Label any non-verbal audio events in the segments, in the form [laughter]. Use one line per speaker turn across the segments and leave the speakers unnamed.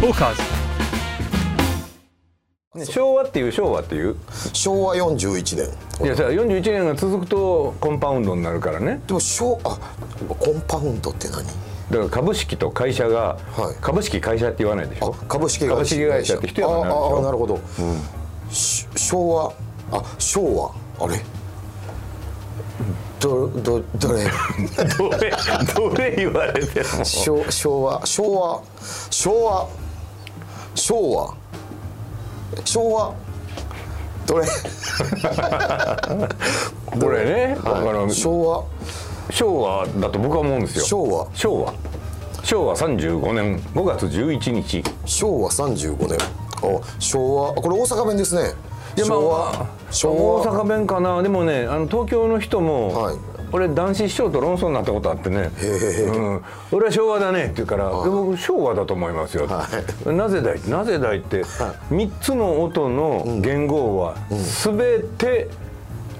トーカーズ
ね昭和っていう昭和っていう
昭和41年
いやさ41年が続くとコンパウンドになるからね
でも昭あコンパウンドって何
だから株式と会社が、
はい
株式会社って言わないでし
あ
ょ
株式会社
株式会社って一山になるでし
あああな
ょ
るほど、し昭和あ昭和あれどど
[laughs]
どれ
どれどれ言われても
昭昭和昭和昭和昭和昭和どれ
これね、あの
昭和
昭和だと僕は思うんですよ
昭和
昭和昭和35年5月11日
昭和35年あ昭和あこれ大阪弁ですね昭和昭
昭和
和
大阪弁かなでもねあの東京の人も、
はい
俺男子師匠と論争になったことあってね「
へ
うん、俺は昭和だね」って言うから「で僕昭和だと思いますよ」なぜだいなぜだい」って3つの音の元号は全て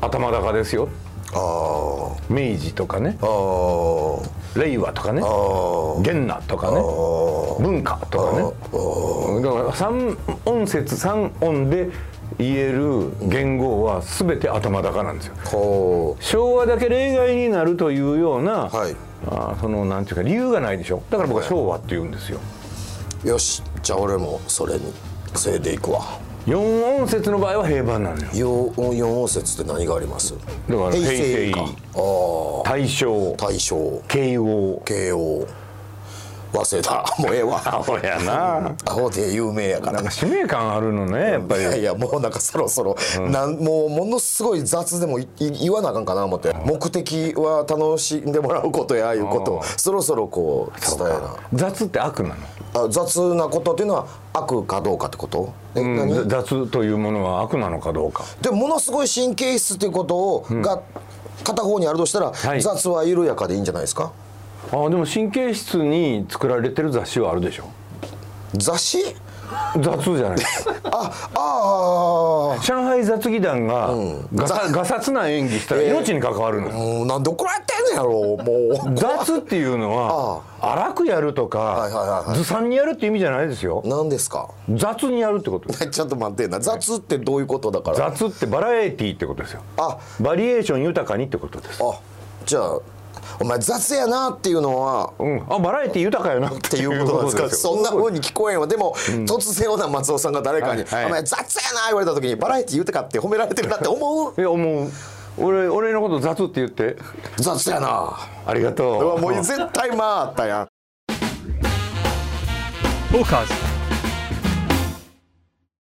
頭高ですよ
あ
明治とかね
あああ
令和とかね元那とかね文化とかねだから三音節三音で言える言語は全て頭高なんですよ
ほ
昭和だけ例外になるというような、
はい
あーそのなんていうか理由がないでしょだから僕は昭和って言うんですよ
うよしじゃあ俺もそれにそれでいくわ
四音節の場合は平板なのよ
四音四音節って何があります
だから
平
平
成
成
か
大正
大正
慶応
慶応早稲田もうええわ
[laughs] アホやな
アホで有名やから
使命感あるのねやっぱ
い
り
やいやもうなんかそろそろ、なんもうものすごい雑でもいい言わなあかんかな思って目的は楽しんでもらうことやいうことをそろそろこう伝えな
雑って悪なの
あ雑なことっていうのは悪かどうかってことえ
うん
何
雑というものは悪なのかどうか
でものすごい神経質っていうことを、が片方にあるとしたら、
はい
雑は緩やかでいいんじゃないですか
ああでも神経質に作られてる雑誌はあるでしょ
雑誌
雑じゃないですか
ああ
[laughs] 上海雑技団がガサ、ガサツな演技したら命に関わるの
あ
よ、
もうなんで怒られてんのやろもう
雑っていうのは荒くやるとか、
はいはいはいはい
ずさんにやるって意味じゃないですよ
何ですか [laughs]
雑にやるってことです
ちょっと待ってな雑ってどういうことだから
雑ってバラエティってことですよ
あ
バリエーション豊かにってことです
あじゃあお前雑やなっていうのは
うん、あバラエティ豊かやなっ
っていうことなんですかそんな風に聞こえんわでも、突然な松尾さんが誰かに「
はいはい
お前雑やな」言われた時にバラエティ豊かって褒められてるなって思う
いやもう俺俺のこと雑って言 [laughs] って
雑やな
ありがとう
うわもう絶対まああったやん
トーカーズ